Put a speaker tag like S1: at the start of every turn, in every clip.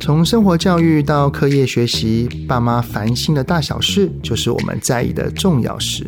S1: 从生活教育到课业学习，爸妈烦心的大小事，就是我们在意的重要事。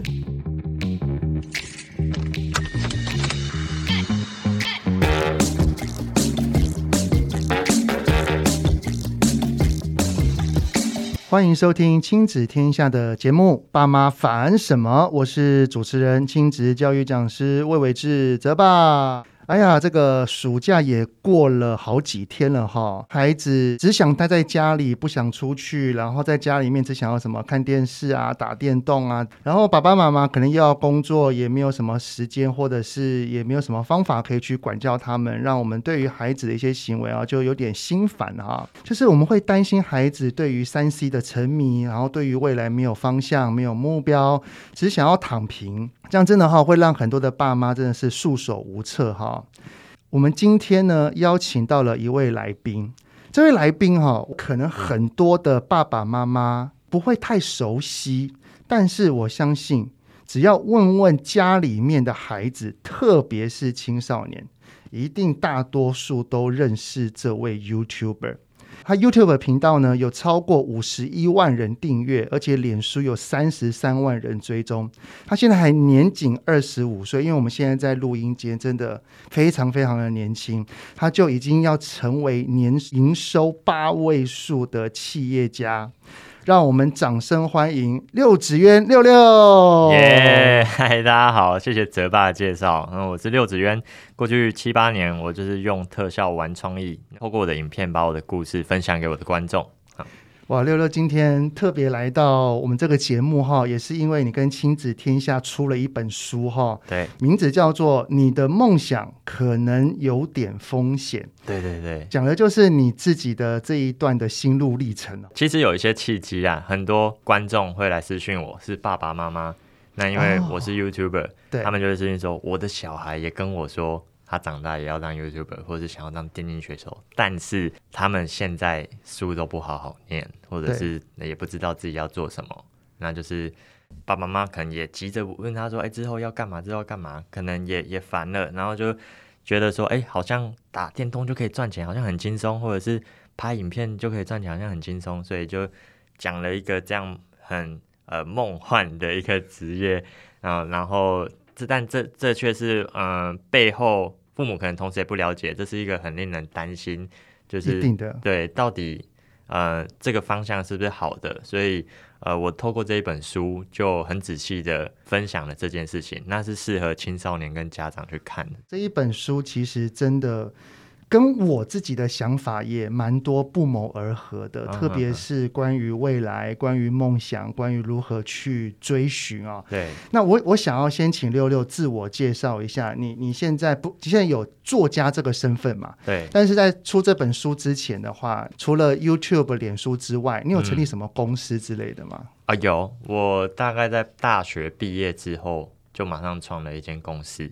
S1: 欢迎收听《亲子天下》的节目《爸妈烦什么》，我是主持人、亲子教育讲师魏伟志泽爸。哎呀，这个暑假也过了好几天了哈，孩子只想待在家里，不想出去，然后在家里面只想要什么看电视啊、打电动啊，然后爸爸妈妈可能又要工作，也没有什么时间，或者是也没有什么方法可以去管教他们，让我们对于孩子的一些行为啊，就有点心烦啊，就是我们会担心孩子对于三 C 的沉迷，然后对于未来没有方向、没有目标，只想要躺平，这样真的哈、会让很多的爸妈真的是束手无策哈、我们今天呢邀请到了一位来宾，这位来宾哈、可能很多的爸爸妈妈不会太熟悉，但是我相信，只要问问家里面的孩子，特别是青少年，一定大多数都认识这位 YouTuber。他 YouTube 频道呢有超过五十一万人订阅，而且脸书有三十三万人追踪。他现在还年仅二十五岁，因为我们现在在录音间，真的非常非常的年轻，他就已经要成为年营收八位数的企业家。让我们掌声欢迎六子渊六
S2: 哦
S1: 六。
S2: 耶！ 嗨，大家好，谢谢泽爸的介绍。嗯，我是六子渊，过去七八年，我就是用特效玩创意，透过我的影片把我的故事分享给我的观众。
S1: 哇，六六今天特别来到我们这个节目哈，也是因为你跟亲子天下出了一本书哈，
S2: 对，
S1: 名字叫做《你的梦想可能有点风险
S2: 对对对》，。
S1: 讲的就是你自己的这一段的心路历程哦。
S2: 其实有一些契机啊，很多观众会来私讯我，是爸爸妈妈。那因为
S1: 哦
S2: 我是 YouTuber，、
S1: 对
S2: 他们就会私信说，我的小孩也跟我说，他长大也要当 YouTuber，或者是想要当电竞选手，但是他们现在书都不好好念，或者
S1: 对
S2: 是也不知道自己要做什么，那就是。爸爸妈妈可能也急着问他说：“哎、之后要干嘛？之后要干嘛？”可能也也烦了，然后就觉得说：“哎、好像打电动就可以赚钱，好像很轻松，或者是拍影片就可以赚钱，好像很轻松。”所以就讲了一个这样很呃梦幻的一个职业，啊、然后这但这这却是嗯、呃背后父母可能同时也不了解，这是一个很令人担心，就是
S1: 一定的，
S2: 对，到底呃这个方向是不是好的？所以呃，我透过这一本书就很仔细的分享了这件事情，那是适合青少年跟家长去看的。
S1: 这一本书其实真的跟我自己的想法也蛮多不谋而合的，
S2: 嗯
S1: 特别是关于未来、关于梦想、关于如何去追寻啊、
S2: 对，
S1: 那我我想要先请六六自我介绍一下，你你现在不现在有作家这个身份嘛？
S2: 对，
S1: 但是在出这本书之前的话，除了 YouTube、脸书之外，你有
S2: 嗯
S1: 成立什么公司之类的吗？
S2: 啊、有，我大概在大学毕业之后就马上创了一间公司。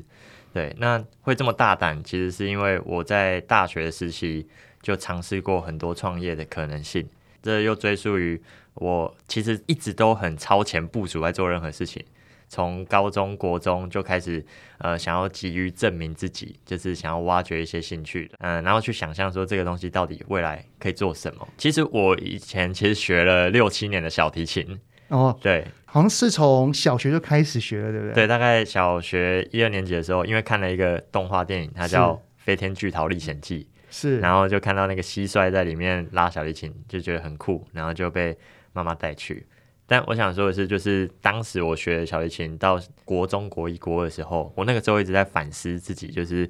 S2: 对，那会这么大胆，其实是因为我在大学时期就尝试过很多创业的可能性。这又追溯于我其实一直都很超前部署在做任何事情，从高中、国中就开始呃想要急于证明自己，就是想要挖掘一些兴趣，嗯、然后去想象说这个东西到底未来可以做什么。其实我以前其实学了六七年的小提琴，
S1: 哦，
S2: 对
S1: 好像是从小学就开始学了，对不对？
S2: 对，大概小学一二年级的时候，因为看了一个动画电影，它
S1: 是
S2: 叫《飞天巨桃历险记》，
S1: 是
S2: 然后就看到那个蟋蟀在里面拉小提琴，就觉得很酷，然后就被妈妈带去。但我想说的是，就是当时我学小提琴到国中国一国二的时候，我那个时候一直在反思自己，就是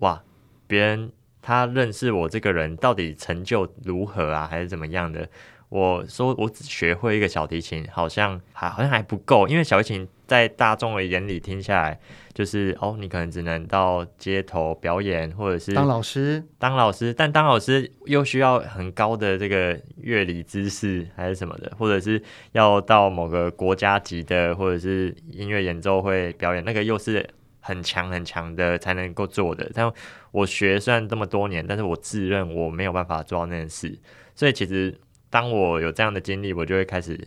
S2: 哇，别人他认识我这个人到底成就如何啊，还是怎么样的？我说我只学会一个小提琴，好像还好像还不够，因为小提琴在大众的眼里听下来，就是哦，你可能只能到街头表演，或者是
S1: 当老师，
S2: 当老师，但当老师又需要很高的这个乐理知识还是什么的，或者是要到某个国家级的，或者是音乐演奏会表演，那个又是很强很强的才能够做的。但我学虽然这么多年，但是我自认我没有办法做到那件事，所以其实当我有这样的经历，我就会开始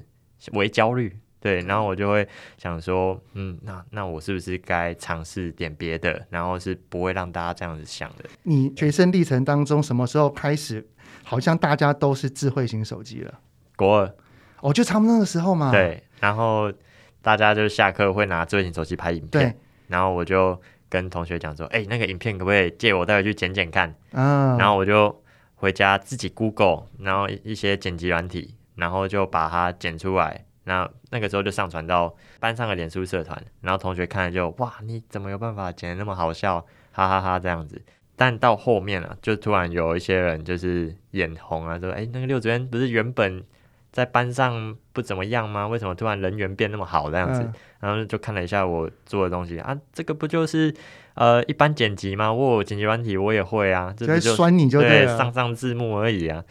S2: 为焦虑。对，然后我就会想说，嗯，那那我是不是该尝试点别的，然后是不会让大家这样子想的。
S1: 你学生历程当中什么时候开始好像大家都是智慧型手机了。
S2: 国二、
S1: 哦，就差不多那个时候嘛。
S2: 对，然后大家就下课会拿智慧型手机拍影片，
S1: 对，
S2: 然后我就跟同学讲说，哎、那个影片可不可以借我带回去剪剪看？
S1: 嗯，
S2: 然后我就回家自己 Google，然后一一些剪辑软体，然后就把它剪出来。那那个时候就上传到班上的脸书社团，然后同学看了就哇，你怎么有办法剪得那么好笑？哈哈哈这样子。但到后面啊，就突然有一些人就是眼红啊，说：“哎，那个六子渊不是原本在班上不怎么样吗？为什么突然人缘变那么好这样子？”
S1: 嗯
S2: 然后就看了一下我做的东西啊，这个不就是呃一般剪辑吗？我有剪辑软体我也会啊，这
S1: 就在
S2: 不就
S1: 酸你就
S2: 对
S1: 了。
S2: 上上字幕而已啊。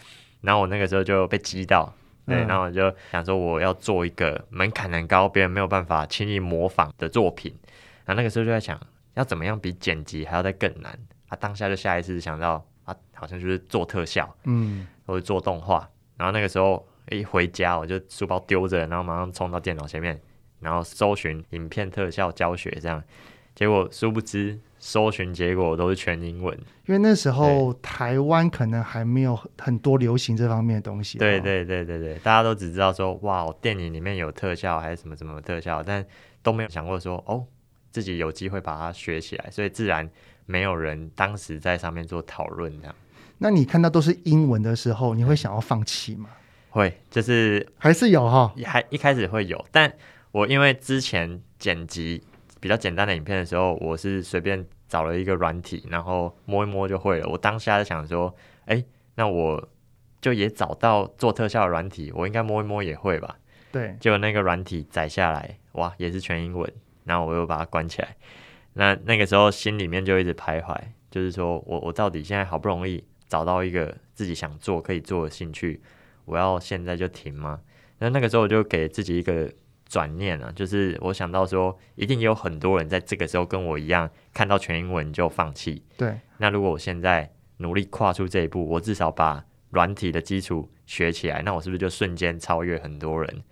S2: 然后我那个时候就被激到，对，
S1: 嗯
S2: 然后我就想说我要做一个门槛很高、别人没有办法轻易模仿的作品。然后那个时候就在想，要怎么样比剪辑还要再更难啊？当下就下意识想到啊，好像就是做特效
S1: 嗯，
S2: 或者做动画。然后那个时候一回家，我就书包丢着，然后马上冲到电脑前面，然后搜寻影片特效教学这样。结果殊不知，搜寻结果都是全英文。
S1: 因为那时候台湾可能还没有很多流行这方面的东西。
S2: 对
S1: 哦，
S2: 对对对对，大家都只知道说哇，电影里面有特效还是什么什么特效，但都没有想过说哦，自己有机会把它学起来，所以自然没有人当时在上面做讨论这样。
S1: 那你看到都是英文的时候，你会想要放弃吗？
S2: 会，就是
S1: 还是有哈？
S2: 还一开始会有，但我因为之前剪辑比较简单的影片的时候，我是随便找了一个软体，然后摸一摸就会了。我当下就想说，哎、那我就也找到做特效的软体，我应该摸一摸也会吧。
S1: 对，
S2: 结果那个软体载下来，哇，也是全英文，然后我又把它关起来。那那个时候心里面就一直徘徊，就是说我我到底现在好不容易找到一个自己想做可以做的兴趣，我要现在就停吗？那那个时候我就给自己一个转念啊，就是我想到说，一定有很多人在这个时候跟我一样，看到全英文就放弃。
S1: 对，
S2: 那如果我现在努力跨出这一步，我至少把软体的基础学起来，那我是不是就瞬间超越很多人？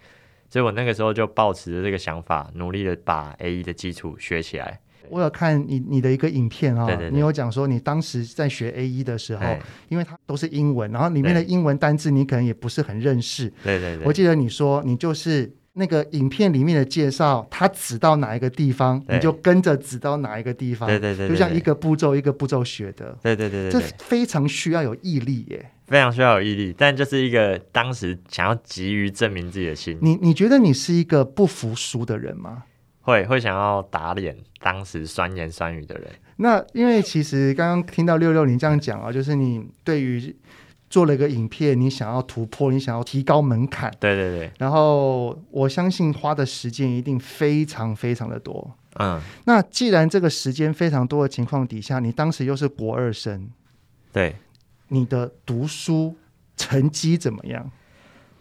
S2: 所以我那个时候就抱持着这个想法，努力的把 A 一的基础学起来。
S1: 我有看你你的一个影片哈、
S2: 对对对
S1: 你有讲说你当时在学 A 一的时候，
S2: 哎
S1: 因为它都是英文，然后里面的
S2: 对
S1: 英文单字你可能也不是很认识，
S2: 对对对，
S1: 我记得你说你就是那个影片里面的介绍，它指到哪一个地方，
S2: 对
S1: 你就跟着指到哪一个地方，
S2: 对对对对
S1: 就像
S2: 对
S1: 一个步骤一个步骤学的，
S2: 对对对对对，
S1: 这非常需要有毅力耶。
S2: 非常需要有毅力，但就是一个当时想要急于证明自己的心，
S1: 你你觉得你是一个不服输的人吗？
S2: 会会想要打脸当时酸言酸语的人。
S1: 那因为其实刚刚听到六六你这样讲啊，就是你对于做了一个影片，你想要突破，你想要提高门槛，
S2: 对对对，
S1: 然后我相信花的时间一定非常非常的多。
S2: 嗯，
S1: 那既然这个时间非常多的情况底下，你当时又是国二生，
S2: 对。
S1: 你的读书成绩怎么样？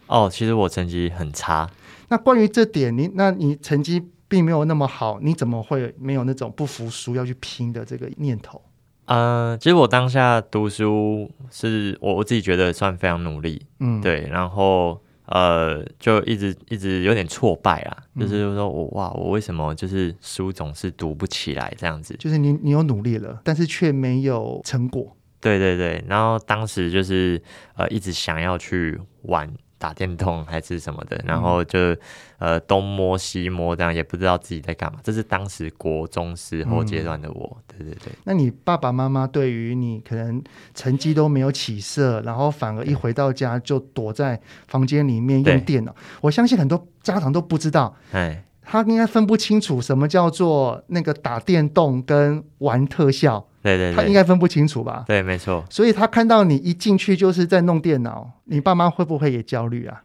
S2: 哦，其实我成绩很差，
S1: 那关于这点，你那你成绩并没有那么好，你怎么会没有那种不服输要去拼的这个念头？
S2: 嗯，其实我当下读书是我我自己觉得算非常努力，
S1: 嗯，，
S2: 对，然后呃，就一直一直有点挫败啊，
S1: 嗯
S2: 就是说我哇，我为什么就是书总是读不起来这样子？
S1: 就是你你有努力了，但是却没有成果。
S2: 对对对，然后当时就是呃一直想要去玩打电动还是什么
S1: 嗯
S2: 的，然后就、呃东摸西摸这样，也不知道自己在干嘛。这是当时国中时候阶段的我，
S1: 嗯
S2: 对对对。
S1: 那你爸爸妈妈对于你可能成绩都没有起色，然后反而一回到家就躲在房间里面
S2: 对
S1: 用电脑，我相信很多家长都不知道，
S2: 哎，
S1: 他应该分不清楚什么叫做那个打电动跟玩特效，
S2: 对对
S1: 他应
S2: 对，
S1: 该分不清楚吧？
S2: 对，没错。
S1: 所以他看到你一进去就是在弄电脑，你爸妈会不会也焦虑啊？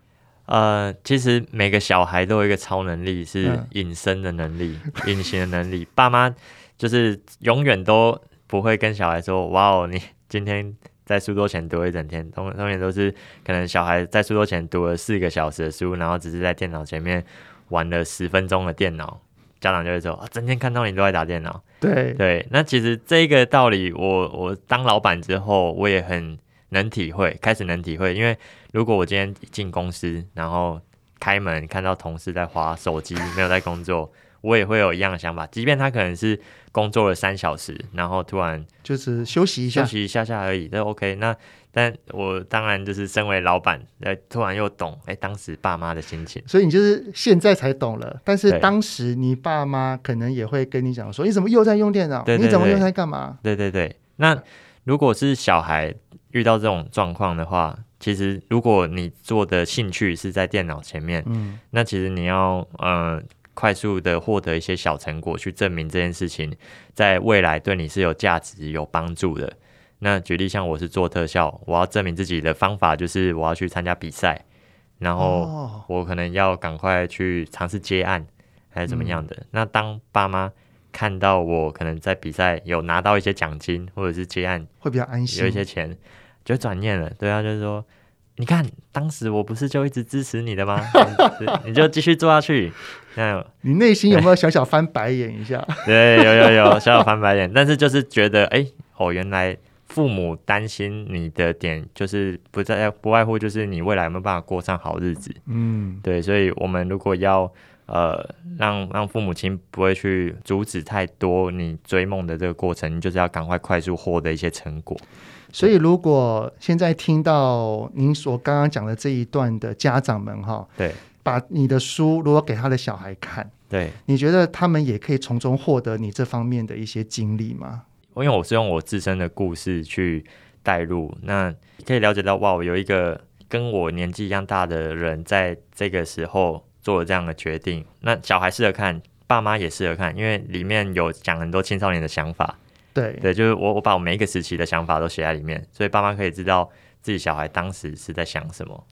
S2: 呃，其实每个小孩都有一个超能力，是
S1: 嗯
S2: 隐身的能力、隐形的能力。爸妈就是永远都不会跟小孩说：“哇哦，你 今天在书桌前读了一整天。”通通常都是可能小孩在书桌前读了四个小时的书，然后只是在电脑前面玩了十分钟的电脑。家长就会说：“啊，整天看到你都在打电脑。”
S1: 对，
S2: 对，那其实这个道理我，我当老板之后，我也很能体会，开始能体会。因为如果我今天一进公司，然后开门看到同事在划手机，没有在工作，我也会有一样的想法，即便他可能是工作了三小时，然后突然
S1: 就是休息一
S2: 休
S1: 下，
S2: 息一下下而已，那 OK 那。但我当然就是身为老板，呃，突然又懂，哎、当时爸妈的心情。
S1: 所以你就是现在才懂了，但是
S2: 对
S1: 当时你爸妈可能也会跟你讲说，你怎么又在用电脑？
S2: 对对
S1: 你怎么又
S2: 对
S1: 在干嘛？
S2: 对对对，那如果是小孩遇到这种状况的话，其实如果你做的兴趣是在电脑前面，
S1: 嗯，
S2: 那其实你要呃快速的获得一些小成果，去证明这件事情在未来对你是有价值、有帮助的。那举例像我是做特效，我要证明自己的方法就是我要去参加比赛，然后
S1: 哦，
S2: 我可能要赶快去尝试接案，还是怎么样的。那当爸妈看到我可能在比赛有拿到一些奖金，或者是接案
S1: 会比较安心。
S2: 有一些钱，就转念了。对啊，就是说，你看当时我不是就一直支持你的吗？ 你你就继续做下去。那
S1: 你内心有没有小小翻白眼一 下？
S2: 对，有有有，小小翻白眼，但是就是觉得，哎、哦，原来父母担心你的点，就是不在不外乎就是你未来有没有办法过上好日子。
S1: 嗯，
S2: 对，所以我们如果要呃让让父母亲不会去阻止太多你追梦的这个过程，你就是要赶快快速获得一些成果。
S1: 所以如果现在听到您所刚刚讲的这一段的家长们哈，
S2: 对
S1: 把你的书如果给他的小孩看，
S2: 对，
S1: 你觉得他们也可以从中获得你这方面的一些经历吗？
S2: 因为我是用我自身的故事去带入，那可以了解到，哇，我有一个跟我年纪一样大的人，在这个时候做了这样的决定。那小孩适合看，爸妈也适合看，因为里面有讲很多青少年的想法。
S1: 对，
S2: 对，就是我我把我每一个时期的想法都写在里面，所以爸妈可以知道自己小孩当时是在想什么。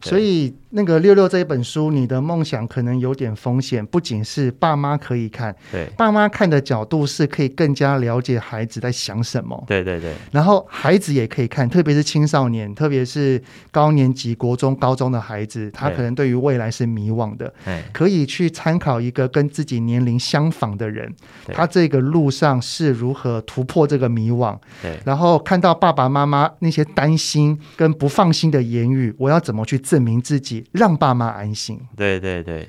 S2: 对
S1: 所以那个六六这一本书，你的梦想可能有点风险，不仅是爸妈可以看，
S2: 对，
S1: 爸妈看的角度是可以更加了解孩子在想什么。
S2: 对对对
S1: 然后孩子也可以看，特别是青少年，特别是高年级、国中、高中的孩子，他
S2: 对
S1: 可能对于未来是迷惘的，
S2: 哎，
S1: 可以去参考一个跟自己年龄相仿的人，
S2: 对
S1: 他这个路上是如何突破这个迷惘，
S2: 对
S1: 然后看到爸爸妈妈那些担心跟不放心的言语，我要怎么去证明自己，让爸妈安心？
S2: 对对对，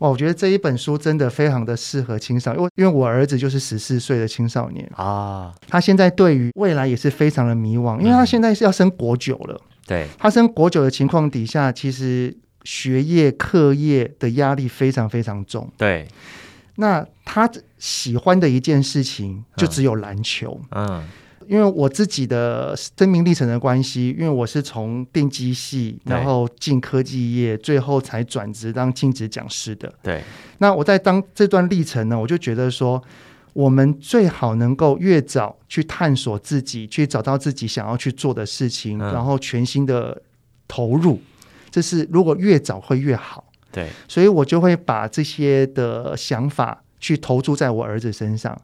S1: 哇，我觉得这一本书真的非常的适合青少年，因为因为我儿子就是十四岁的青少年，
S2: 啊，
S1: 他现在对于未来也是非常的迷惘，因为他现在是要升国九了。
S2: 对
S1: 他升国九的情况底下，其实学业、课业的压力非常非常重。
S2: 对，
S1: 那他喜欢的一件事情就只有篮球，
S2: 嗯，
S1: 因为我自己的生命历程的关系，因为我是从电机系，
S2: 对
S1: 然后进科技业，最后才转职当亲子讲师的。
S2: 对
S1: 那我在当这段历程呢，我就觉得说，我们最好能够越早去探索自己，去找到自己想要去做的事情，
S2: 嗯
S1: 然后全心的投入，这是如果越早会越好。
S2: 对，
S1: 所以我就会把这些的想法去投注在我儿子身上。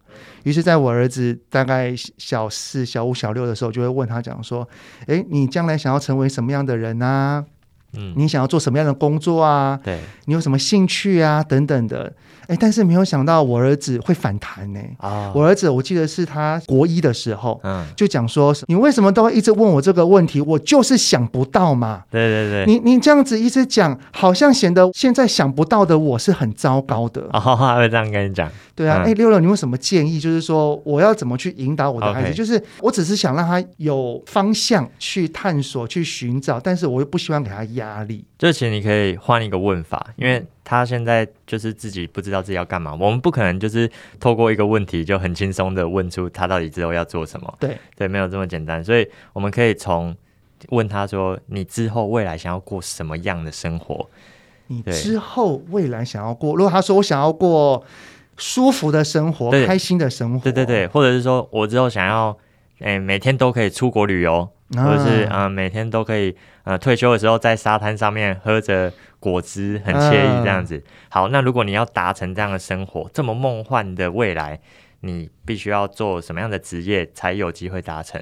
S1: 于是，在我儿子大概小四、小五、小六的时候，就会问他讲说：“诶，你将来想要成为什么样的人啊？
S2: 嗯，
S1: 你想要做什么样的工作啊？
S2: 对
S1: 你有什么兴趣啊？等等的。哎，但是没有想到我儿子会反弹呢、
S2: 啊，
S1: 我儿子，我记得是他国一的时候
S2: 嗯，
S1: 就讲说，你为什么都会一直问我这个问题？我就是想不到嘛。
S2: 对对对，
S1: 你你这样子一直讲，好像显得现在想不到的我是很糟糕的。
S2: 哦，他会这样跟你讲，
S1: 对啊，
S2: 嗯
S1: 哎、六六，你有什么建议？就是说，我要怎么去引导我的孩子
S2: OK
S1: 就是我只是想让他有方向去探索、去寻找，但是我又不希望给他压力。
S2: 就其实你可以换一个问法，因为他现在就是自己不知道自己要干嘛，我们不可能就是透过一个问题就很轻松的问出他到底之后要做什么，
S1: 对
S2: 对，没有这么简单，所以我们可以从问他说你之后未来想要过什么样的生活，
S1: 你
S2: 对
S1: 之后未来想要过，如果他说我想要过舒服的生活、
S2: 对
S1: 开心的生活，
S2: 对对对，或者是说我之后想要，哎、每天都可以出国旅游，
S1: 啊，
S2: 或者是呃每天都可以呃退休的时候在沙滩上面喝着果汁，很惬意
S1: 嗯
S2: 这样子。好，那如果你要达成这样的生活，这么梦幻的未来，你必须要做什么样的职业才有机会达成？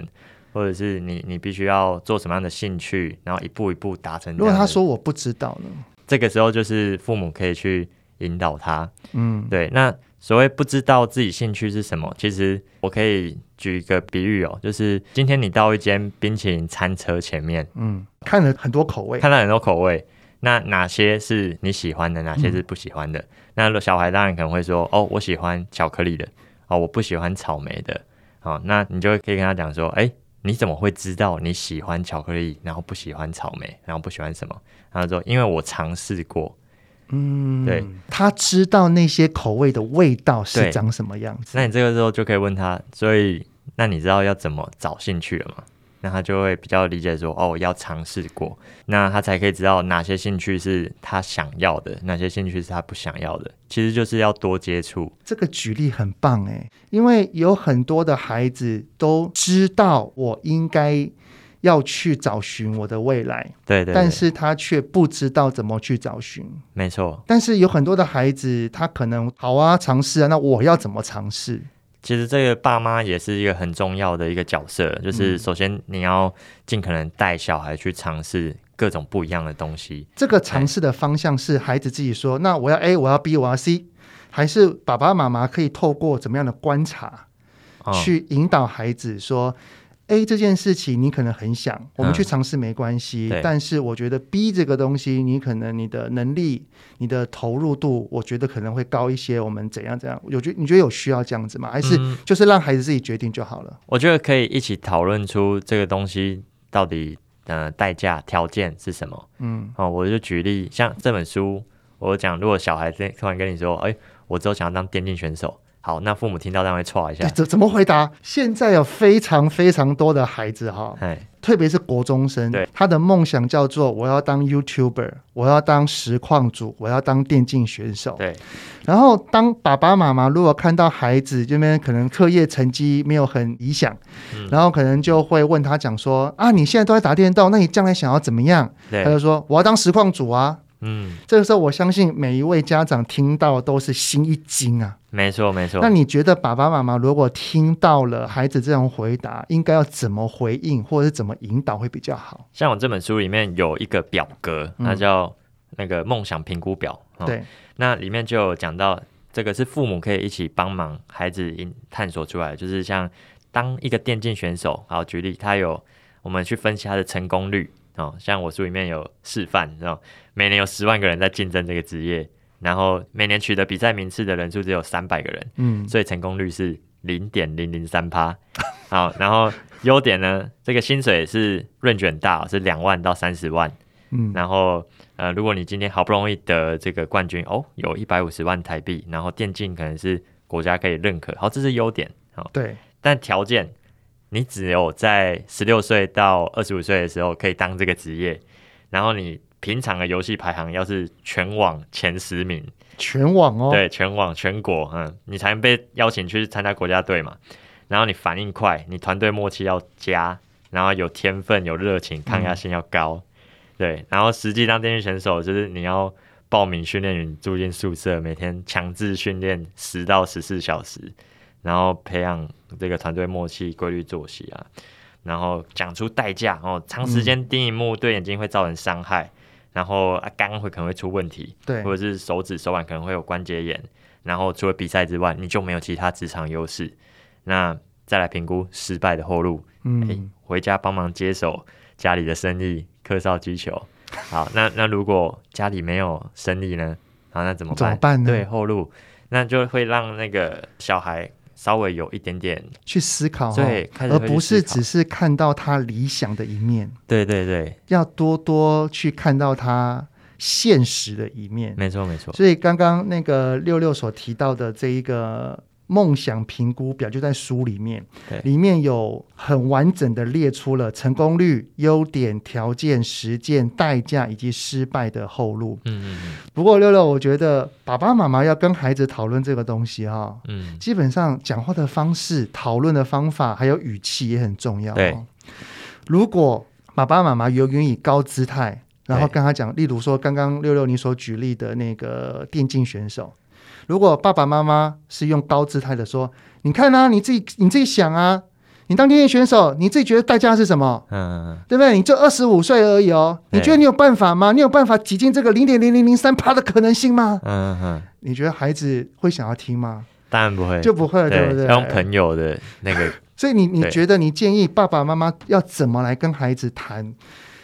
S2: 或者是你你必须要做什么样的兴趣，然后一步一步达成
S1: 如
S2: 这
S1: 果
S2: 样的。
S1: 他说我不知道呢，
S2: 这个时候就是父母可以去引导他，
S1: 嗯，
S2: 对，那所谓不知道自己兴趣是什么，其实我可以举一个比喻哦，就是今天你到一间冰淇淋餐车前面，
S1: 嗯，看了很多口味，
S2: 看到很多口味，那哪些是你喜欢的，哪些是不喜欢的？那小孩当然可能会说，哦，我喜欢巧克力的，哦，我不喜欢草莓的，哦，那你就可以跟他讲说，哎、你怎么会知道你喜欢巧克力，然后不喜欢草莓，然后不喜欢什么？然后说，因为我尝试过，
S1: 嗯，
S2: 对，
S1: 他知道那些口味的味道是
S2: 对
S1: 长什么样子。
S2: 那你这个时候就可以问他，所以那你知道要怎么找兴趣了吗？那他就会比较理解说，哦，要尝试过，那他才可以知道哪些兴趣是他想要的，哪些兴趣是他不想要的。其实就是要多接触，
S1: 这个举例很棒哎，因为有很多的孩子都知道我应该要去找寻我的未来，
S2: 对对对，
S1: 但是他却不知道怎么去找寻。
S2: 没错，
S1: 但是有很多的孩子，他可能好啊，尝试啊，那我要怎么尝试？
S2: 其实这个爸妈也是一个很重要的一个角色，
S1: 嗯
S2: 就是首先你要尽可能带小孩去尝试各种不一样的东西，
S1: 这个尝试的方向是孩子自己说，那我要 A，我要 B，我要 C，还是爸爸妈妈可以透过怎么样的观察
S2: 嗯、
S1: 去引导孩子说，A 这件事情你可能很想，我们
S2: 嗯
S1: 去尝试没关系，
S2: 对
S1: 但是我觉得 B 这个东西，你可能你的能力、你的投入度，我觉得可能会高一些。我们怎样怎样？我觉得你觉得有需要这样子吗？还是
S2: 嗯
S1: 就是让孩子自己决定就好了？
S2: 我觉得可以一起讨论出这个东西到底呃代价条件是什么。
S1: 嗯，
S2: 哦，我就举例，像这本书，我讲如果小孩子突然跟你说，哎、我之后想要当电竞选手，好，那父母听到当然会歘一
S1: 对
S2: 下，
S1: 怎怎么回答？现在有非常非常多的孩子哈，
S2: 哎，
S1: 特别是国中生
S2: 对，
S1: 他的梦想叫做我要当 YouTuber，我要当实况主，我要当电竞选手。
S2: 对，
S1: 然后当爸爸妈妈如果看到孩子这边可能课业成绩没有很理想，
S2: 嗯
S1: 然后可能就会问他讲说啊，你现在都在打电动，那你将来想要怎么样？他
S2: 对，
S1: 就说我要当实况主啊。
S2: 嗯，
S1: 这个时候，我相信每一位家长听到都是心一惊啊。
S2: 没错，没错
S1: 那。你觉得爸爸妈妈如果听到了孩子这种回答，应该要怎么回应，或者是怎么引导会比较好？
S2: 像我这本书里面有一个表格，
S1: 嗯
S2: 那叫那个梦想评估表，哦，
S1: 对，
S2: 那里面就有讲到，这个是父母可以一起帮忙孩子引探索出来的，就是像当一个电竞选手，好举例，他有我们去分析他的成功率哦，像我书里面有示范，然后每年有十万个人在竞争这个职业，然后每年取得比赛名次的人数只有三百个人，
S1: 嗯，
S2: 所以成功率是零点零零三趴。 好，然后优点呢，这个薪水是润卷大，是两万到三十万。
S1: 嗯，
S2: 然后呃，如果你今天好不容易得这个冠军，哦，有一百五十万台币，然后电竞可能是国家可以认可，好，这是优点，好，
S1: 对，
S2: 但条件你只有在十六岁到二十五岁的时候可以当这个职业，然后你平常的游戏排行要是全网前十名，
S1: 全网哦，
S2: 对，全网全国，嗯，你才能被邀请去参加国家队嘛。然后你反应快，你团队默契要佳，然后有天分、有热情、抗压性要高，对。然后实际当电竞选手，就是你要报名训练营、住进宿舍，每天强制训练十到十四小时，然后培养这个团队默契、规律作息啊。然后讲出代价哦，长时间盯荧幕对眼睛会造成伤害，然后啊肝会可能会出问题，
S1: 对，
S2: 或者是手指、手腕可能会有关节炎，然后除了比赛之外，你就没有其他职场优势。那再来评估失败的后路，哎、
S1: 嗯，
S2: 回家帮忙接手家里的生意，客少击球。好，那那如果家里没有生意呢？好，那怎么
S1: 怎
S2: 办？
S1: 么办呢？
S2: 对，后路，那就会让那个小孩稍微有一点点，
S1: 去思考、哦，
S2: 对开始
S1: 而
S2: 会
S1: 不
S2: 去
S1: 是
S2: 思考
S1: 只是看到他理想的一面，
S2: 对对对，
S1: 要多多去看到他现实的一面。
S2: 没错没错，
S1: 所以刚刚那个六六所提到的这一个梦想评估表就在书里面
S2: 对，
S1: 里面有很完整的列出了成功率、优点、条件、实践、代价以及失败的后路。
S2: 嗯嗯
S1: 不过六六，我觉得爸爸妈妈要跟孩子讨论这个东西哈、
S2: 嗯
S1: 基本上讲话的方式、讨论的方法还有语气也很重要、
S2: 对
S1: 哦。如果爸爸妈妈由于以高姿态，然后
S2: 对
S1: 跟他讲，例如说刚刚六六你所举例的那个电竞选手，如果爸爸妈妈是用高姿态的说，你看啊，你自己你自己想啊，你当电竞选手，你自己觉得代价是什么？
S2: 嗯嗯，
S1: 对不对？你就二十五岁而已哦，你
S2: 对
S1: 觉得你有办法吗？你有办法挤进这个零点零零零三趴的可能性吗？
S2: 嗯嗯，
S1: 你觉得孩子会想要听吗？
S2: 当然不会，
S1: 就不会了，对不对？
S2: 要用朋友的那个
S1: 所以你你
S2: 对
S1: 觉得你建议爸爸妈妈要怎么来跟孩子谈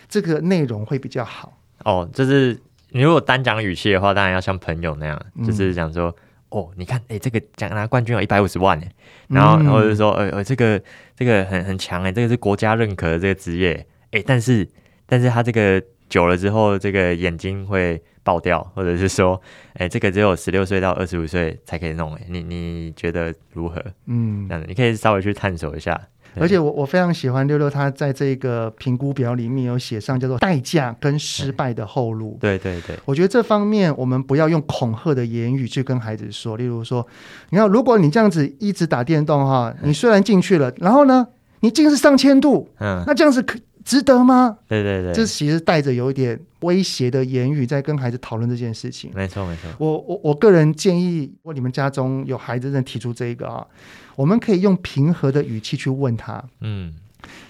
S1: 这个内容会比较好？
S2: 哦，就是你如果单讲语气的话，当然要像朋友那样，
S1: 嗯
S2: 就是讲说，哦，你看，哎、这个奖拿冠军有一百五十万哎，
S1: 嗯
S2: 然后，然后就说，呃呃，这个这个很很强哎，这个是国家认可的这个职业，哎、但是但是他这个久了之后，这个眼睛会爆掉，或者是说，哎、这个只有十六岁到二十五岁才可以弄哎，你你觉得如何？
S1: 嗯
S2: 这，样子，你可以稍微去探索一下。对
S1: 而且我我非常喜欢六六，他在这个评估表里面有写上叫做代价跟失败的后路。
S2: 对对对，
S1: 我觉得这方面我们不要用恐吓的言语去跟孩子说，例如说，你看，如果你这样子一直打电动哈，你虽然进去了，然后呢，你近视上千度，
S2: 嗯，
S1: 那这样子可值得吗？
S2: 对对对，
S1: 这其实带着有一点威胁的言语在跟孩子讨论这件事情。
S2: 没错没错，
S1: 我我我个人建议，如果你们家中有孩子正提出这一个啊，我们可以用平和的语气去问他。
S2: 嗯，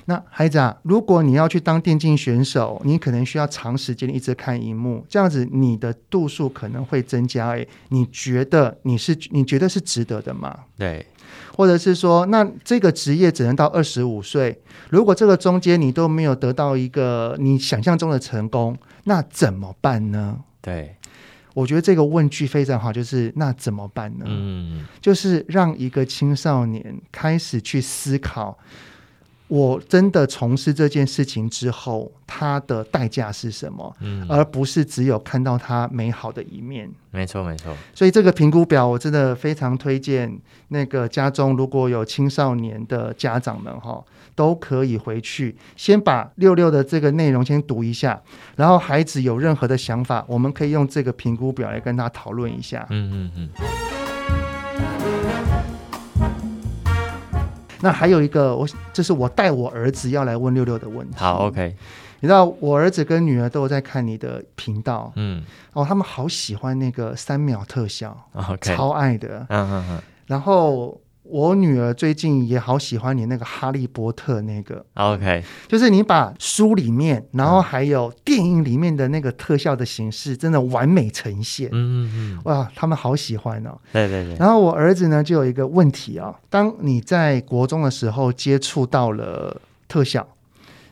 S1: 那孩子啊，如果你要去当电竞选手，你可能需要长时间一直看荧幕，这样子你的度数可能会增加。诶，你觉得你是你觉得是值得的吗？
S2: 对，
S1: 或者是说，那这个职业只能到二十五岁，如果这个中间你都没有得到一个你想象中的成功，那怎么办呢？
S2: 对，
S1: 我觉得这个问句非常好，就是那怎么办呢？
S2: 嗯，
S1: 就是让一个青少年开始去思考，我真的从事这件事情之后，它的代价是什么，
S2: 嗯
S1: 而不是只有看到它美好的一面。
S2: 没错没错，
S1: 所以这个评估表我真的非常推荐，那个家中如果有青少年的家长们哈，都可以回去先把六六的这个内容先读一下，然后孩子有任何的想法，我们可以用这个评估表来跟他讨论一下。
S2: 嗯嗯嗯，
S1: 那还有一个，我这是我带我儿子要来问六六的问题。
S2: 好，OK，
S1: 你知道我儿子跟女儿都有在看你的频道
S2: 嗯
S1: 哦，他们好喜欢那个三秒特效，
S2: ，OK，
S1: 超爱的。
S2: 嗯嗯
S1: 然后我女儿最近也好喜欢你那个哈利波特那个，
S2: 嗯，OK，
S1: 就是你把书里面，然后还有电影里面的那个特效的形式，真的完美呈现。
S2: 嗯嗯嗯，
S1: 哇，他们好喜欢哦！
S2: 对对对，
S1: 然后我儿子呢，就有一个问题啊、当你在国中的时候接触到了特效，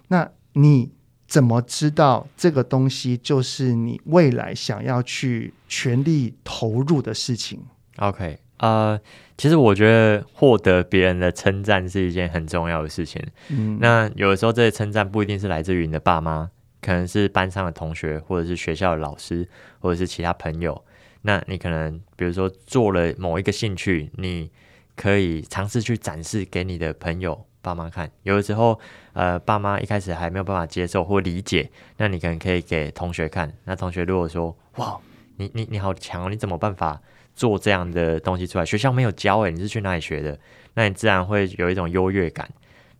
S1: 那你怎么知道这个东西就是你未来想要去全力投入的事情？
S2: OK，呃，其实我觉得获得别人的称赞是一件很重要的事情。
S1: 嗯，
S2: 那有的时候这些称赞不一定是来自于你的爸妈，可能是班上的同学，或者是学校的老师，或者是其他朋友。那你可能比如说做了某一个兴趣，你可以尝试去展示给你的朋友、爸妈看。有的时候，呃，爸妈一开始还没有办法接受或理解，那你可能可以给同学看。那同学如果说：“哇，你你你好强哦，你怎么办法做这样的东西出来？学校没有教欸诶，你是去哪里学的？”那你自然会有一种优越感。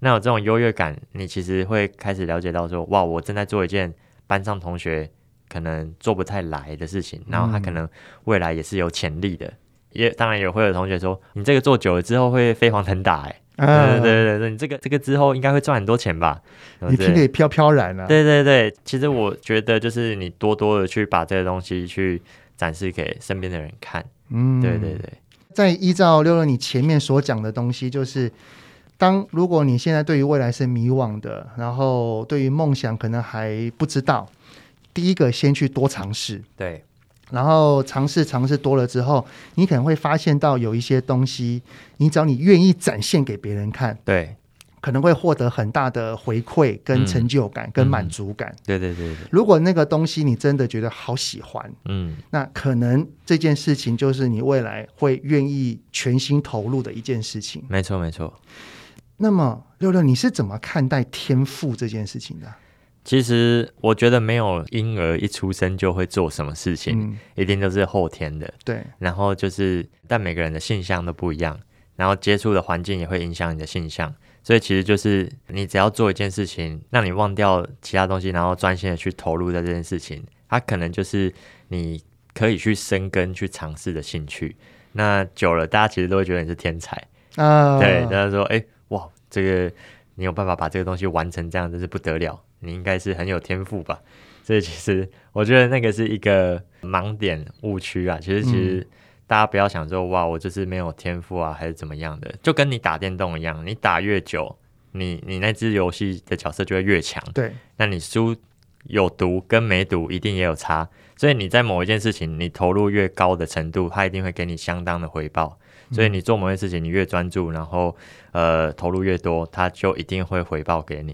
S2: 那有这种优越感，你其实会开始了解到说，哇，我正在做一件班上同学可能做不太来的事情，然后他
S1: 嗯
S2: 可能未来也是有潜力的。也当然也会有同学说，你这个做久了之后会飞黄腾达、欸，哎、
S1: 啊
S2: 对对对对，你这个这个之后应该会赚很多钱吧？
S1: 你拼得也飘飘然啊。
S2: 对对对，其实我觉得就是你多多的去把这个东西去展示给身边的人看，
S1: 嗯
S2: 对对对，
S1: 再依照六六你前面所讲的东西，就是当如果你现在对于未来是迷惘的，然后对于梦想可能还不知道，第一个先去多尝试，
S2: 对，
S1: 然后尝试尝试多了之后，你可能会发现到有一些东西，你只要你愿意展现给别人看，
S2: 对，
S1: 可能会获得很大的回馈、跟
S2: 嗯
S1: 成就感、跟
S2: 嗯
S1: 满足感。
S2: 对对对对，
S1: 如果那个东西你真的觉得好喜欢，
S2: 嗯，
S1: 那可能这件事情就是你未来会愿意全心投入的一件事情。
S2: 没错没错。
S1: 那么六六，你是怎么看待天赋这件事情的啊？
S2: 其实我觉得没有婴儿一出生就会做什么事情，
S1: 嗯，
S2: 一定都是后天的。
S1: 对，
S2: 然后就是，但每个人的性向都不一样，然后接触的环境也会影响你的性向。所以其实就是你只要做一件事情，让你忘掉其他东西，然后专心的去投入在这件事情，它可能就是你可以去深耕、去尝试的兴趣。那久了，大家其实都会觉得你是天才。
S1: 啊、
S2: 对，大家说，哎、哇，这个你有办法把这个东西完成，这样真是不得了，你应该是很有天赋吧？所以其实我觉得那个是一个盲点误区啊。其实其实大家不要想说，哇，我就是没有天赋啊，还是怎么样的，就跟你打电动一样，你打越久，你你那只游戏的角色就会越强，
S1: 对，
S2: 那你输有读跟没读一定也有差，所以你在某一件事情你投入越高的程度，它一定会给你相当的回报。
S1: 嗯
S2: 所以你做某件事情，你越专注，然后呃投入越多，它就一定会回报给你。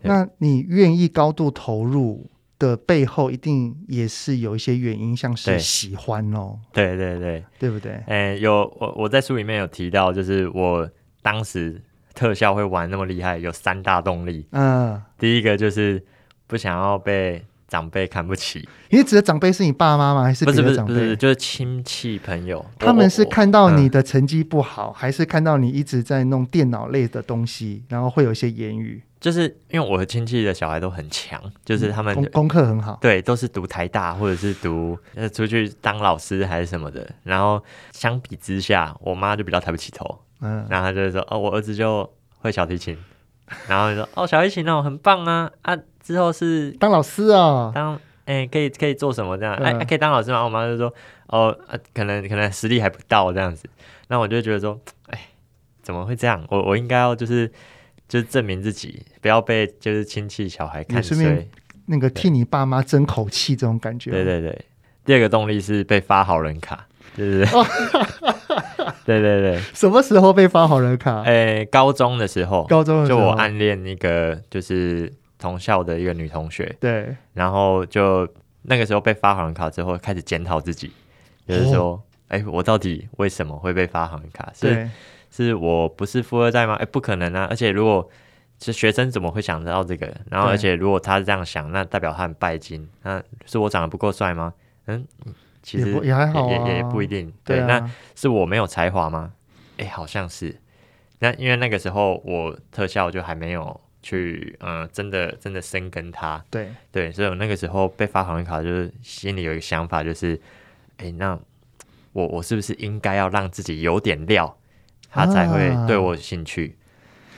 S2: 对
S1: 那你愿意高度投入的背后，一定也是有一些原因，像是
S2: 对哎
S1: 喜欢哦，
S2: 对对对，
S1: 对不对？
S2: 诶、呃有我我在书里面有提到，就是我当时特效会玩那么厉害，有三大动力。
S1: 嗯、
S2: 第一个就是不想要被长辈看不起，
S1: 你指的长辈是你爸妈吗？还是
S2: 不
S1: 别
S2: 是不
S1: 的
S2: 是
S1: 长
S2: 不是，
S1: 辈？
S2: 就是亲戚朋友，
S1: 他们是
S2: 我
S1: 看到
S2: 嗯
S1: 你的成绩不好，还是看到你一直在弄电脑类的东西，然后会有一些言语？
S2: 就是因为我的亲戚的小孩都很强，就是他们
S1: 功功课很好，
S2: 对，都是读台大或者是读呃出去当老师还是什么的。然后相比之下，我妈就比较抬不起头，
S1: 嗯，
S2: 然后她就会说：“哦，我儿子就会小提琴。”然后就说：“哦，小提琴哦，很棒啊啊！之后是
S1: 当老师哦，
S2: 当哎、可以可以做什么这样？哎、
S1: 嗯
S2: 啊可以当老师吗？”我妈就说：“哦，啊、可能可能实力还不到这样子。”那我就觉得说：“哎，怎么会这样？我我应该要就是就是证明自己，不要被就是亲戚小孩看
S1: 也顺便
S2: 衰。”
S1: 那个替你爸妈争口气这种感觉。哦
S2: 对对对，第二个动力是被发好人卡，对对
S1: 哦
S2: 对， 对对对，
S1: 什么时候被发好人卡？
S2: 诶、高中的时候，
S1: 高中的时
S2: 哎就
S1: 候，
S2: 我暗恋一个就是同校的一个女同学，
S1: 对，
S2: 然后就那个时候被发好人卡之后，开始检讨自己，就是说，哎、我到底为什么会被发好人卡？是
S1: 哦对，
S2: 是我不是富二代吗？哎、不可能啊！而且如果是学生怎么会想得到这个？然后，
S1: 对
S2: 而且如果他是这样想，那代表他很拜金。那是我长得不够帅吗？嗯，其实
S1: 也不也还好
S2: 也
S1: 啊
S2: 也也不一定。
S1: 对啊，
S2: 那是我没有才华吗？哎、好像是。那因为那个时候我特效就还没有去，呃，真的真的深耕它。
S1: 对，
S2: 对，所以我那个时候被发好人卡，就是心里有一个想法，就是，哎、那我我是不是应该要让自己有点料，他才会
S1: 啊
S2: 对我有兴趣？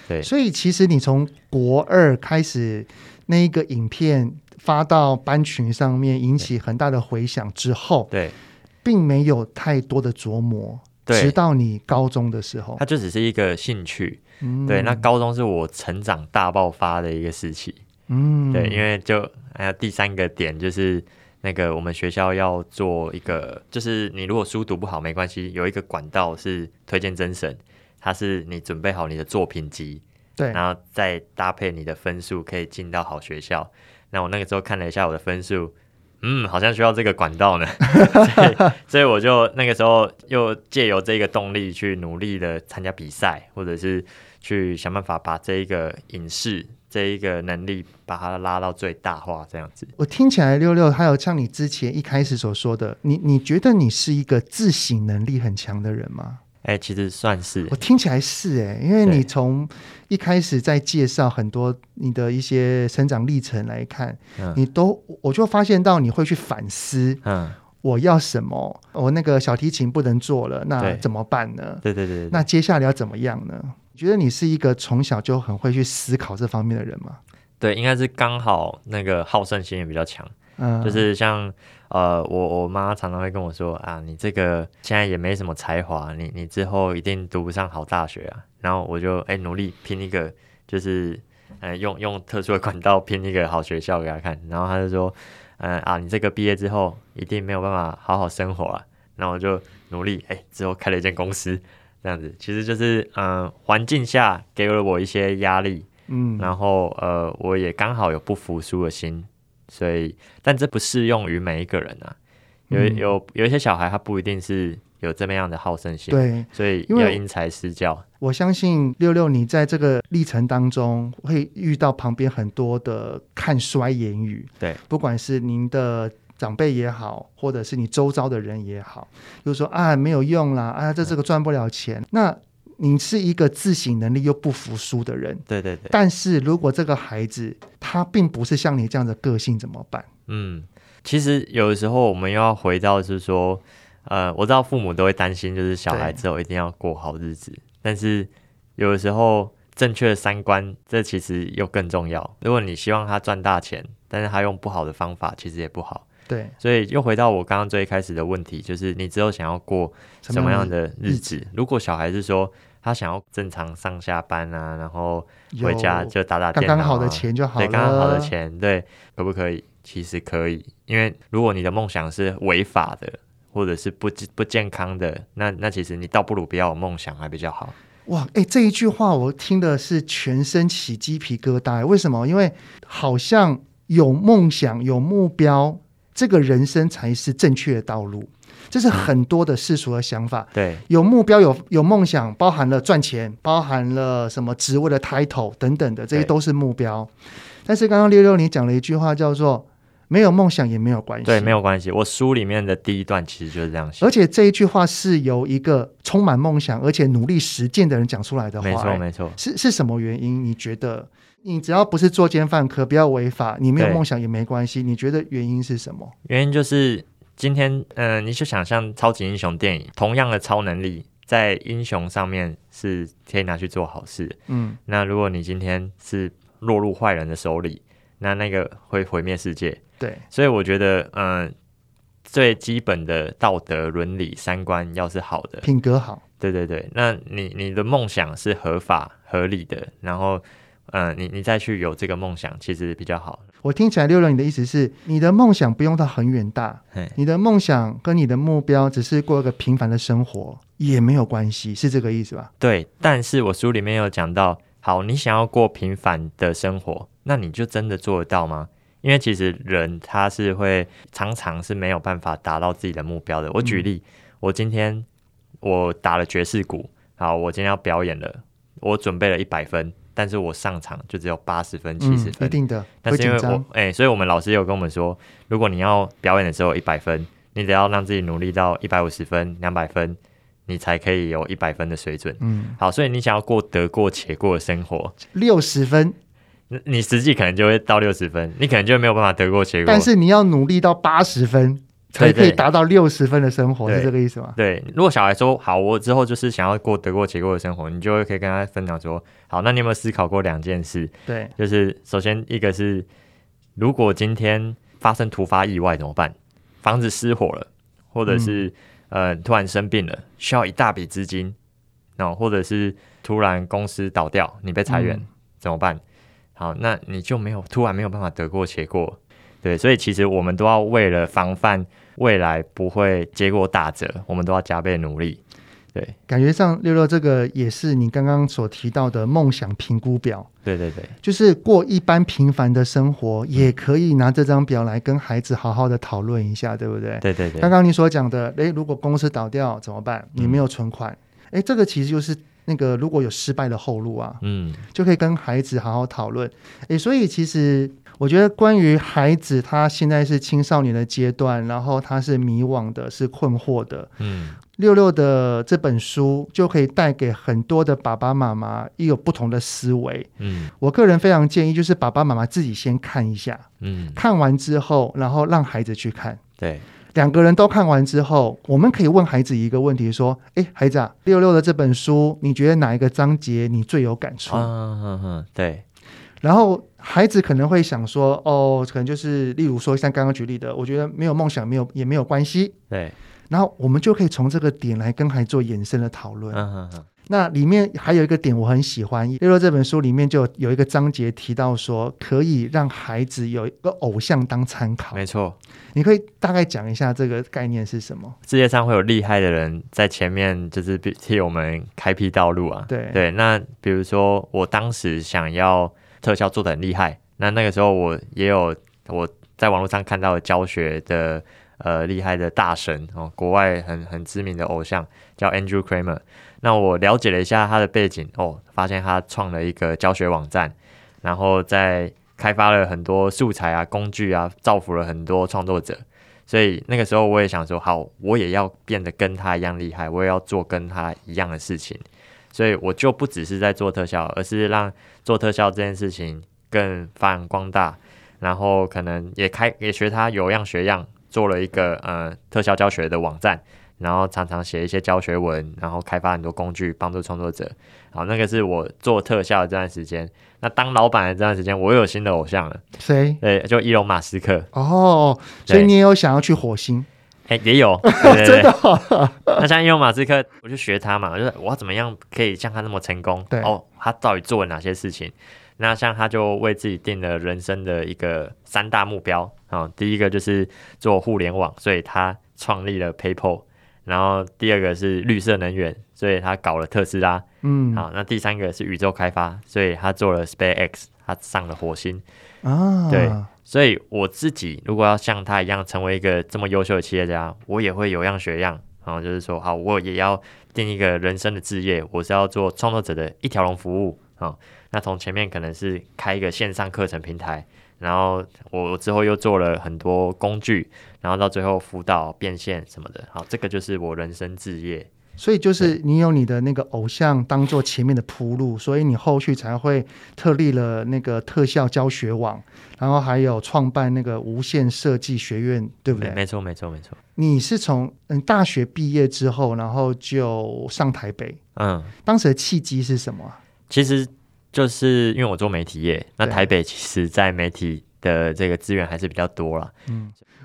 S2: 对
S1: 所以其实你从国二开始，那一个影片发到班群上面，引起很大的回响之后，
S2: 对，
S1: 并没有太多的琢磨，
S2: 对
S1: 直到你高中的时候
S2: 它，就只是一个兴趣。
S1: 嗯
S2: 对，那高中是我成长大爆发的一个时期。
S1: 嗯，
S2: 对，因为就还有第三个点就是。那个我们学校要做一个，就是你如果书读不好没关系，有一个管道是推荐甄审，它是你准备好你的作品集，
S1: 对，
S2: 然后再搭配你的分数，可以进到好学校。那我那个时候看了一下我的分数，嗯，好像需要这个管 道呢，所以所以我就那个时候又借由这个动力去努力的参加比赛，或者是去想办法把这一个影视这一个能力把它拉到最大化，这样子。
S1: 我听起来六六，还有像你之前一开始所说的，你你觉得你是一个自省能力很强的人吗？
S2: 哎、其实算是
S1: 我听起来是哎、因为
S2: 对
S1: 你从一开始在介绍很多你的一些成长历程来看，
S2: 嗯
S1: 你都我就发现到你会去反思
S2: 嗯，
S1: 我要什么，我那个小提琴不能做了，那
S2: 对
S1: 怎么办呢？
S2: 对对对对，
S1: 那接下来要怎么样呢？你觉得你是一个从小就很会去思考这方面的人吗？
S2: 对，应该是刚好那个好胜心也比较强。
S1: 嗯，
S2: 就是像呃，我我妈常常会跟我说啊，你这个现在也没什么才华，你你之后一定读不上好大学啊。然后我就哎、努力拼一个，就是呃用用特殊的管道拼一个好学校给她看。然后她就说，呃啊，你这个毕业之后一定没有办法好好生活啊。然后我就努力哎、之后开了一间公司，这样子其实就是嗯、呃环境下给了我一些压力，
S1: 嗯，
S2: 然后呃，我也刚好有不服输的心，所以但这不适用于每一个人啊。有
S1: 嗯
S2: 有有一些小孩他不一定是有这么样的好胜心，
S1: 对，
S2: 所以
S1: 因为
S2: 要
S1: 我
S2: 因材施教。
S1: 我相信六六，你在这个历程当中会遇到旁边很多的看衰言语，
S2: 对，
S1: 不管是您的长辈也好，或者是你周遭的人也好，就说啊没有用啦，啊这这个赚不了钱。那你是一个自省能力又不服输的人，
S2: 对对对，
S1: 但是如果这个孩子他并不是像你这样的个性，怎么办？
S2: 嗯，其实有的时候我们又要回到是说，呃，我知道父母都会担心，就是小孩
S1: 对
S2: 之后一定要过好日子，但是有的时候正确的三观，这其实又更重要。如果你希望他赚大钱，但是他用不好的方法，其实也不好。
S1: 对，
S2: 所以又回到我刚刚最开始的问题，就是你之后想要过什么样的日子？如果小孩是说他想要正常上下班啊，然后回家就打打
S1: 刚
S2: 电脑、啊，
S1: 刚好的钱就好了，
S2: 对，刚刚好的钱，对，可不可以？其实可以，因为如果你的梦想是违法的，或者是不不健康的，那那其实你倒不如不要有梦想还比较好。
S1: 哇，哎、这一句话我听的是全身起鸡皮疙瘩。为什么？因为好像有梦想、有目标，这个人生才是正确的道路。这是很多的世俗的想法。
S2: 对，
S1: 有目标、有有梦想，包含了赚钱，包含了什么职位的 title 等等的，这些
S2: 对
S1: 都是目标。但是刚刚六六你讲了一句话，叫做“没有梦想也没有关系”。
S2: 对，没有关系。我书里面的第一段其实就是这样写
S1: 而，且这一句话是由一个充满梦想而且努力实践的人讲出来的话、
S2: 没
S1: 哎
S2: 错没错。
S1: 是是什么原因？你觉得你只要不是作奸犯科，不要违法，你没有
S2: 对
S1: 梦想也没关系。你觉得原因是什么？
S2: 原因就是今天，嗯、你就想象超级英雄电影，同样的超能力，在英雄上面是可以拿去做好事。
S1: 嗯，
S2: 那如果你今天是落入坏人的手里，那那个会毁灭世界。
S1: 对，
S2: 所以我觉得，嗯、最基本的道德伦理三观要是好的，
S1: 品格好，
S2: 对对对，那你你的梦想是合法合理的，然后，嗯、你你再去有这个梦想，其实比较好。
S1: 我听起来六六，你的意思是你的梦想不用到很远大，
S2: 嘿，
S1: 你的梦想跟你的目标只是过一个平凡的生活也没有关系，是这个意思吧？
S2: 对，但是我书里面有讲到，好，你想要过平凡的生活，那你就真的做得到吗？因为其实人他是会常常是没有办法达到自己的目标的。我
S1: 嗯
S2: 举例，我今天我打了爵士鼓，好，我今天要表演了，我准备了一百分，但是我上场就只有八十分、七十
S1: 嗯，一
S2: 分，
S1: 定的，
S2: 那
S1: 会
S2: 是因
S1: 紧
S2: 为
S1: 张
S2: 我。哎、所以我们老师有跟我们说，如果你要表演的时候一百分，你得要让自己努力到一百五十分、两百分，你才可以有一百分的水准。
S1: 嗯，
S2: 好，所以你想要过得过且过的生活，
S1: 六十分，
S2: 你你实际可能就会到六十分，你可能就没有办法得过且过。
S1: 但是你要努力到八十分，才
S2: 对
S1: 可以
S2: 对
S1: 达到六十分的生活，
S2: 对
S1: 是这个意思吗？
S2: 对，如果小孩说好，我之后就是想要过得过且过的生活，你就会可以跟他分享说，好，那你有没有思考过两件事？
S1: 对，
S2: 就是首先一个是，如果今天发生突发意外怎么办？房子失火了，或者是、呃突然生病了，需要一大笔资金，然后或者是突然公司倒掉，你被裁员、
S1: 嗯
S2: 怎么办？好，那你就没有突然没有办法得过且过，对，所以其实我们都要为了防范未来不会结果打折，我们都要加倍努力。对，
S1: 感觉上六六这个也是你刚刚所提到的梦想评估表。
S2: 对对对，
S1: 就是过一般平凡的生活，也可以拿这张表来跟孩子好好的讨论一下，对不对？
S2: 对对对，
S1: 刚刚你所讲的，诶，如果公司倒掉怎么办？
S2: 嗯
S1: 你没有存款，诶，这个其实就是那个如果有失败的后路啊，
S2: 嗯，
S1: 就可以跟孩子好好讨论。诶，所以其实我觉得关于孩子，他现在是青少年的阶段，然后他是迷惘的，是困惑的，
S2: 嗯，
S1: 六六的这本书就可以带给很多的爸爸妈妈也有不同的思维。
S2: 嗯，
S1: 我个人非常建议，就是爸爸妈妈自己先看一下，
S2: 嗯，
S1: 看完之后，然后让孩子去看。
S2: 对，
S1: 两个人都看完之后，我们可以问孩子一个问题，说：“诶，孩子啊，六六的这本书，你觉得哪一个章节你最有感触？”
S2: 啊，哼哼，对，
S1: 然后孩子可能会想说：“哦，可能就是例如说像刚刚举例的，我觉得没有梦想，没有也没有关系。
S2: 对，”
S1: 然后我们就可以从这个点来跟孩子做延伸的讨论。
S2: 嗯哼哼，
S1: 那里面还有一个点我很喜欢，例如这本书里面就有一个章节提到说，可以让孩子有一个偶像当参考。
S2: 没错，
S1: 你可以大概讲一下这个概念是什么？
S2: 世界上会有厉害的人在前面，就是比替我们开辟道路啊。
S1: 对
S2: 对，那比如说我当时想要特效做的很厉害，那那个时候我也有我在网络上看到的教学的呃厉害的大神哦，国外很很知名的偶像叫 Andrew Kramer。那我了解了一下他的背景哦，发现他创了一个教学网站，然后在开发了很多素材啊、工具啊，造福了很多创作者。所以那个时候我也想说，好，我也要变得跟他一样厉害，我也要做跟他一样的事情。所以我就不只是在做特效，而是让做特效这件事情更发扬光大，然后可能也开也学他有样学样，做了一个呃特效教学的网站，然后常常写一些教学文，然后开发很多工具帮助创作者。好，那个是我做特效的这段时间。那当老板的这段时间，我又有新的偶像了，
S1: 谁？
S2: 对，就伊隆马斯克。
S1: 哦，所以
S2: 对
S1: 你也有想要去火星？
S2: 哎、也有，对对
S1: 真的
S2: 对。
S1: 哦、
S2: 那像用马斯克，我就学他嘛，我就是我要怎么样可以像他那么成功？
S1: 对
S2: 哦，他到底做了哪些事情？那像他就为自己定了人生的一个三大目标啊、哦第一个就是做互联网，所以他创立了 PayPal。然后第二个是绿色能源，所以他搞了特斯拉。
S1: 嗯
S2: 好，那第三个是宇宙开发，所以他做了 SpaceX，他上了火星。
S1: 啊，
S2: 对所以我自己如果要像他一样成为一个这么优秀的企业家，我也会有样学样。然后就是说，好，我也要定一个人生的志业，我是要做创作者的一条龙服务啊、那从前面可能是开一个线上课程平台，然后我之后又做了很多工具，然后到最后辅导变现什么的。好，这个就是我人生志业。
S1: 所以就是你有你的那个偶像当做前面的铺路，所以你后续才会特立了那个特效教学网，然后还有创办那个无限设计学院，对不
S2: 没
S1: 对？
S2: 没错，没错，没错。
S1: 你是从嗯大学毕业之后，然后就上台北，
S2: 嗯，
S1: 当时的契机是什么啊？
S2: 其实就是因为我做媒体业，那
S1: 对
S2: 台北其实在媒体的这个资源还是比较多啦。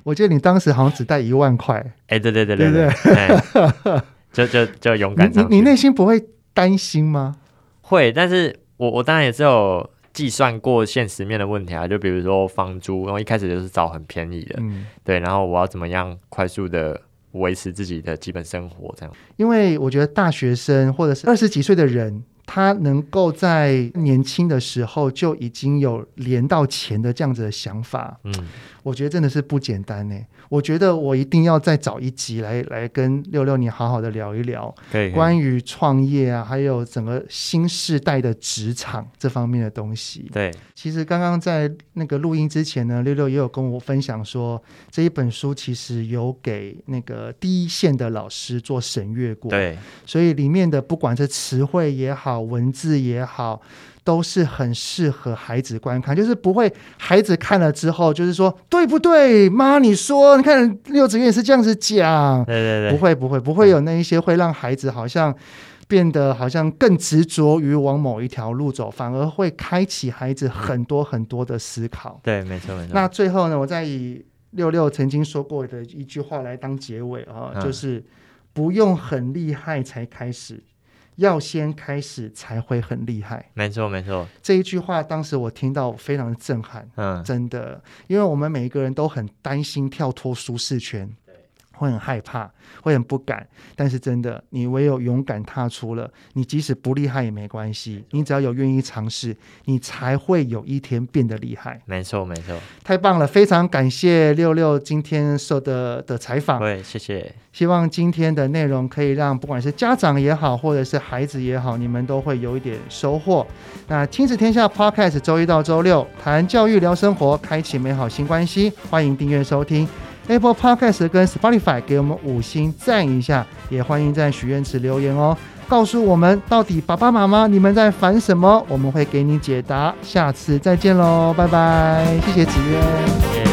S1: 我记得你当时好像只带一万块，
S2: 哎、对对对
S1: 对
S2: 对
S1: 不
S2: 对，哎就就就勇
S1: 你
S2: 敢
S1: 你
S2: 上去。
S1: 你内心不会担心吗？
S2: 会，但是我我当然也是有计算过现实面的问题啊，就比如说房租，然后一开始就是找很便宜的，
S1: 嗯，
S2: 对，然后我要怎么样快速的维持自己的基本生活，这样。
S1: 因为我觉得大学生或者是二十几岁的人，他能够在年轻的时候就已经有连到钱的这样子的想法，
S2: 嗯，
S1: 我觉得真的是不简单呢。我觉得我一定要再找一集来来跟六六你好好的聊一聊
S2: 可以。可以
S1: 关于创业啊，还有整个新时代的职场这方面的东西。
S2: 对，
S1: 其实刚刚在那个录音之前呢，六六也有跟我分享说，这一本书其实有给那个第一线的老师做审阅过。，
S2: 对，
S1: 所以里面的不管是词汇也好，文字也好，都是很适合孩子观看，就是不会孩子看了之后就是说对不对？妈，你说，你看六子月也是这样子讲
S2: 对，对
S1: 不
S2: 对，
S1: 会不会不会有那一些会让孩子好像。变得好像更执着于往某一条路走，反而会开启孩子很多很多的思考。
S2: 对，没错没错。
S1: 那最后呢，我再以六六曾经说过的一句话来当结尾啊，
S2: 嗯
S1: 就是不用很厉害才开始，要先开始才会很厉害。
S2: 没错没错，
S1: 这一句话当时我听到非常的震撼，
S2: 嗯，
S1: 真的，因为我们每一个人都很担心跳脱舒适圈。会很害怕，会很不敢，但是真的，你唯有勇敢踏出了，你即使不厉害也没关系，你只要有愿意尝试，你才会有一天变得厉害。
S2: 没错没错。
S1: 太棒了，非常感谢六六今天受的的采访。
S2: 会，谢谢。
S1: 希望今天的内容可以让不管是家长也好，或者是孩子也好，你们都会有一点收获。那亲子天下 Podcast 周一到周六谈教育、聊生活，开启美好新关系。欢迎订阅收听 Apple Podcast 跟 Spotify，给我们五星赞一下，也欢迎在许愿池留言哦。告诉我们到底爸爸妈妈你们在烦什么，我们会给你解答。下次再见喽，拜拜！谢谢子渊。
S2: 谢谢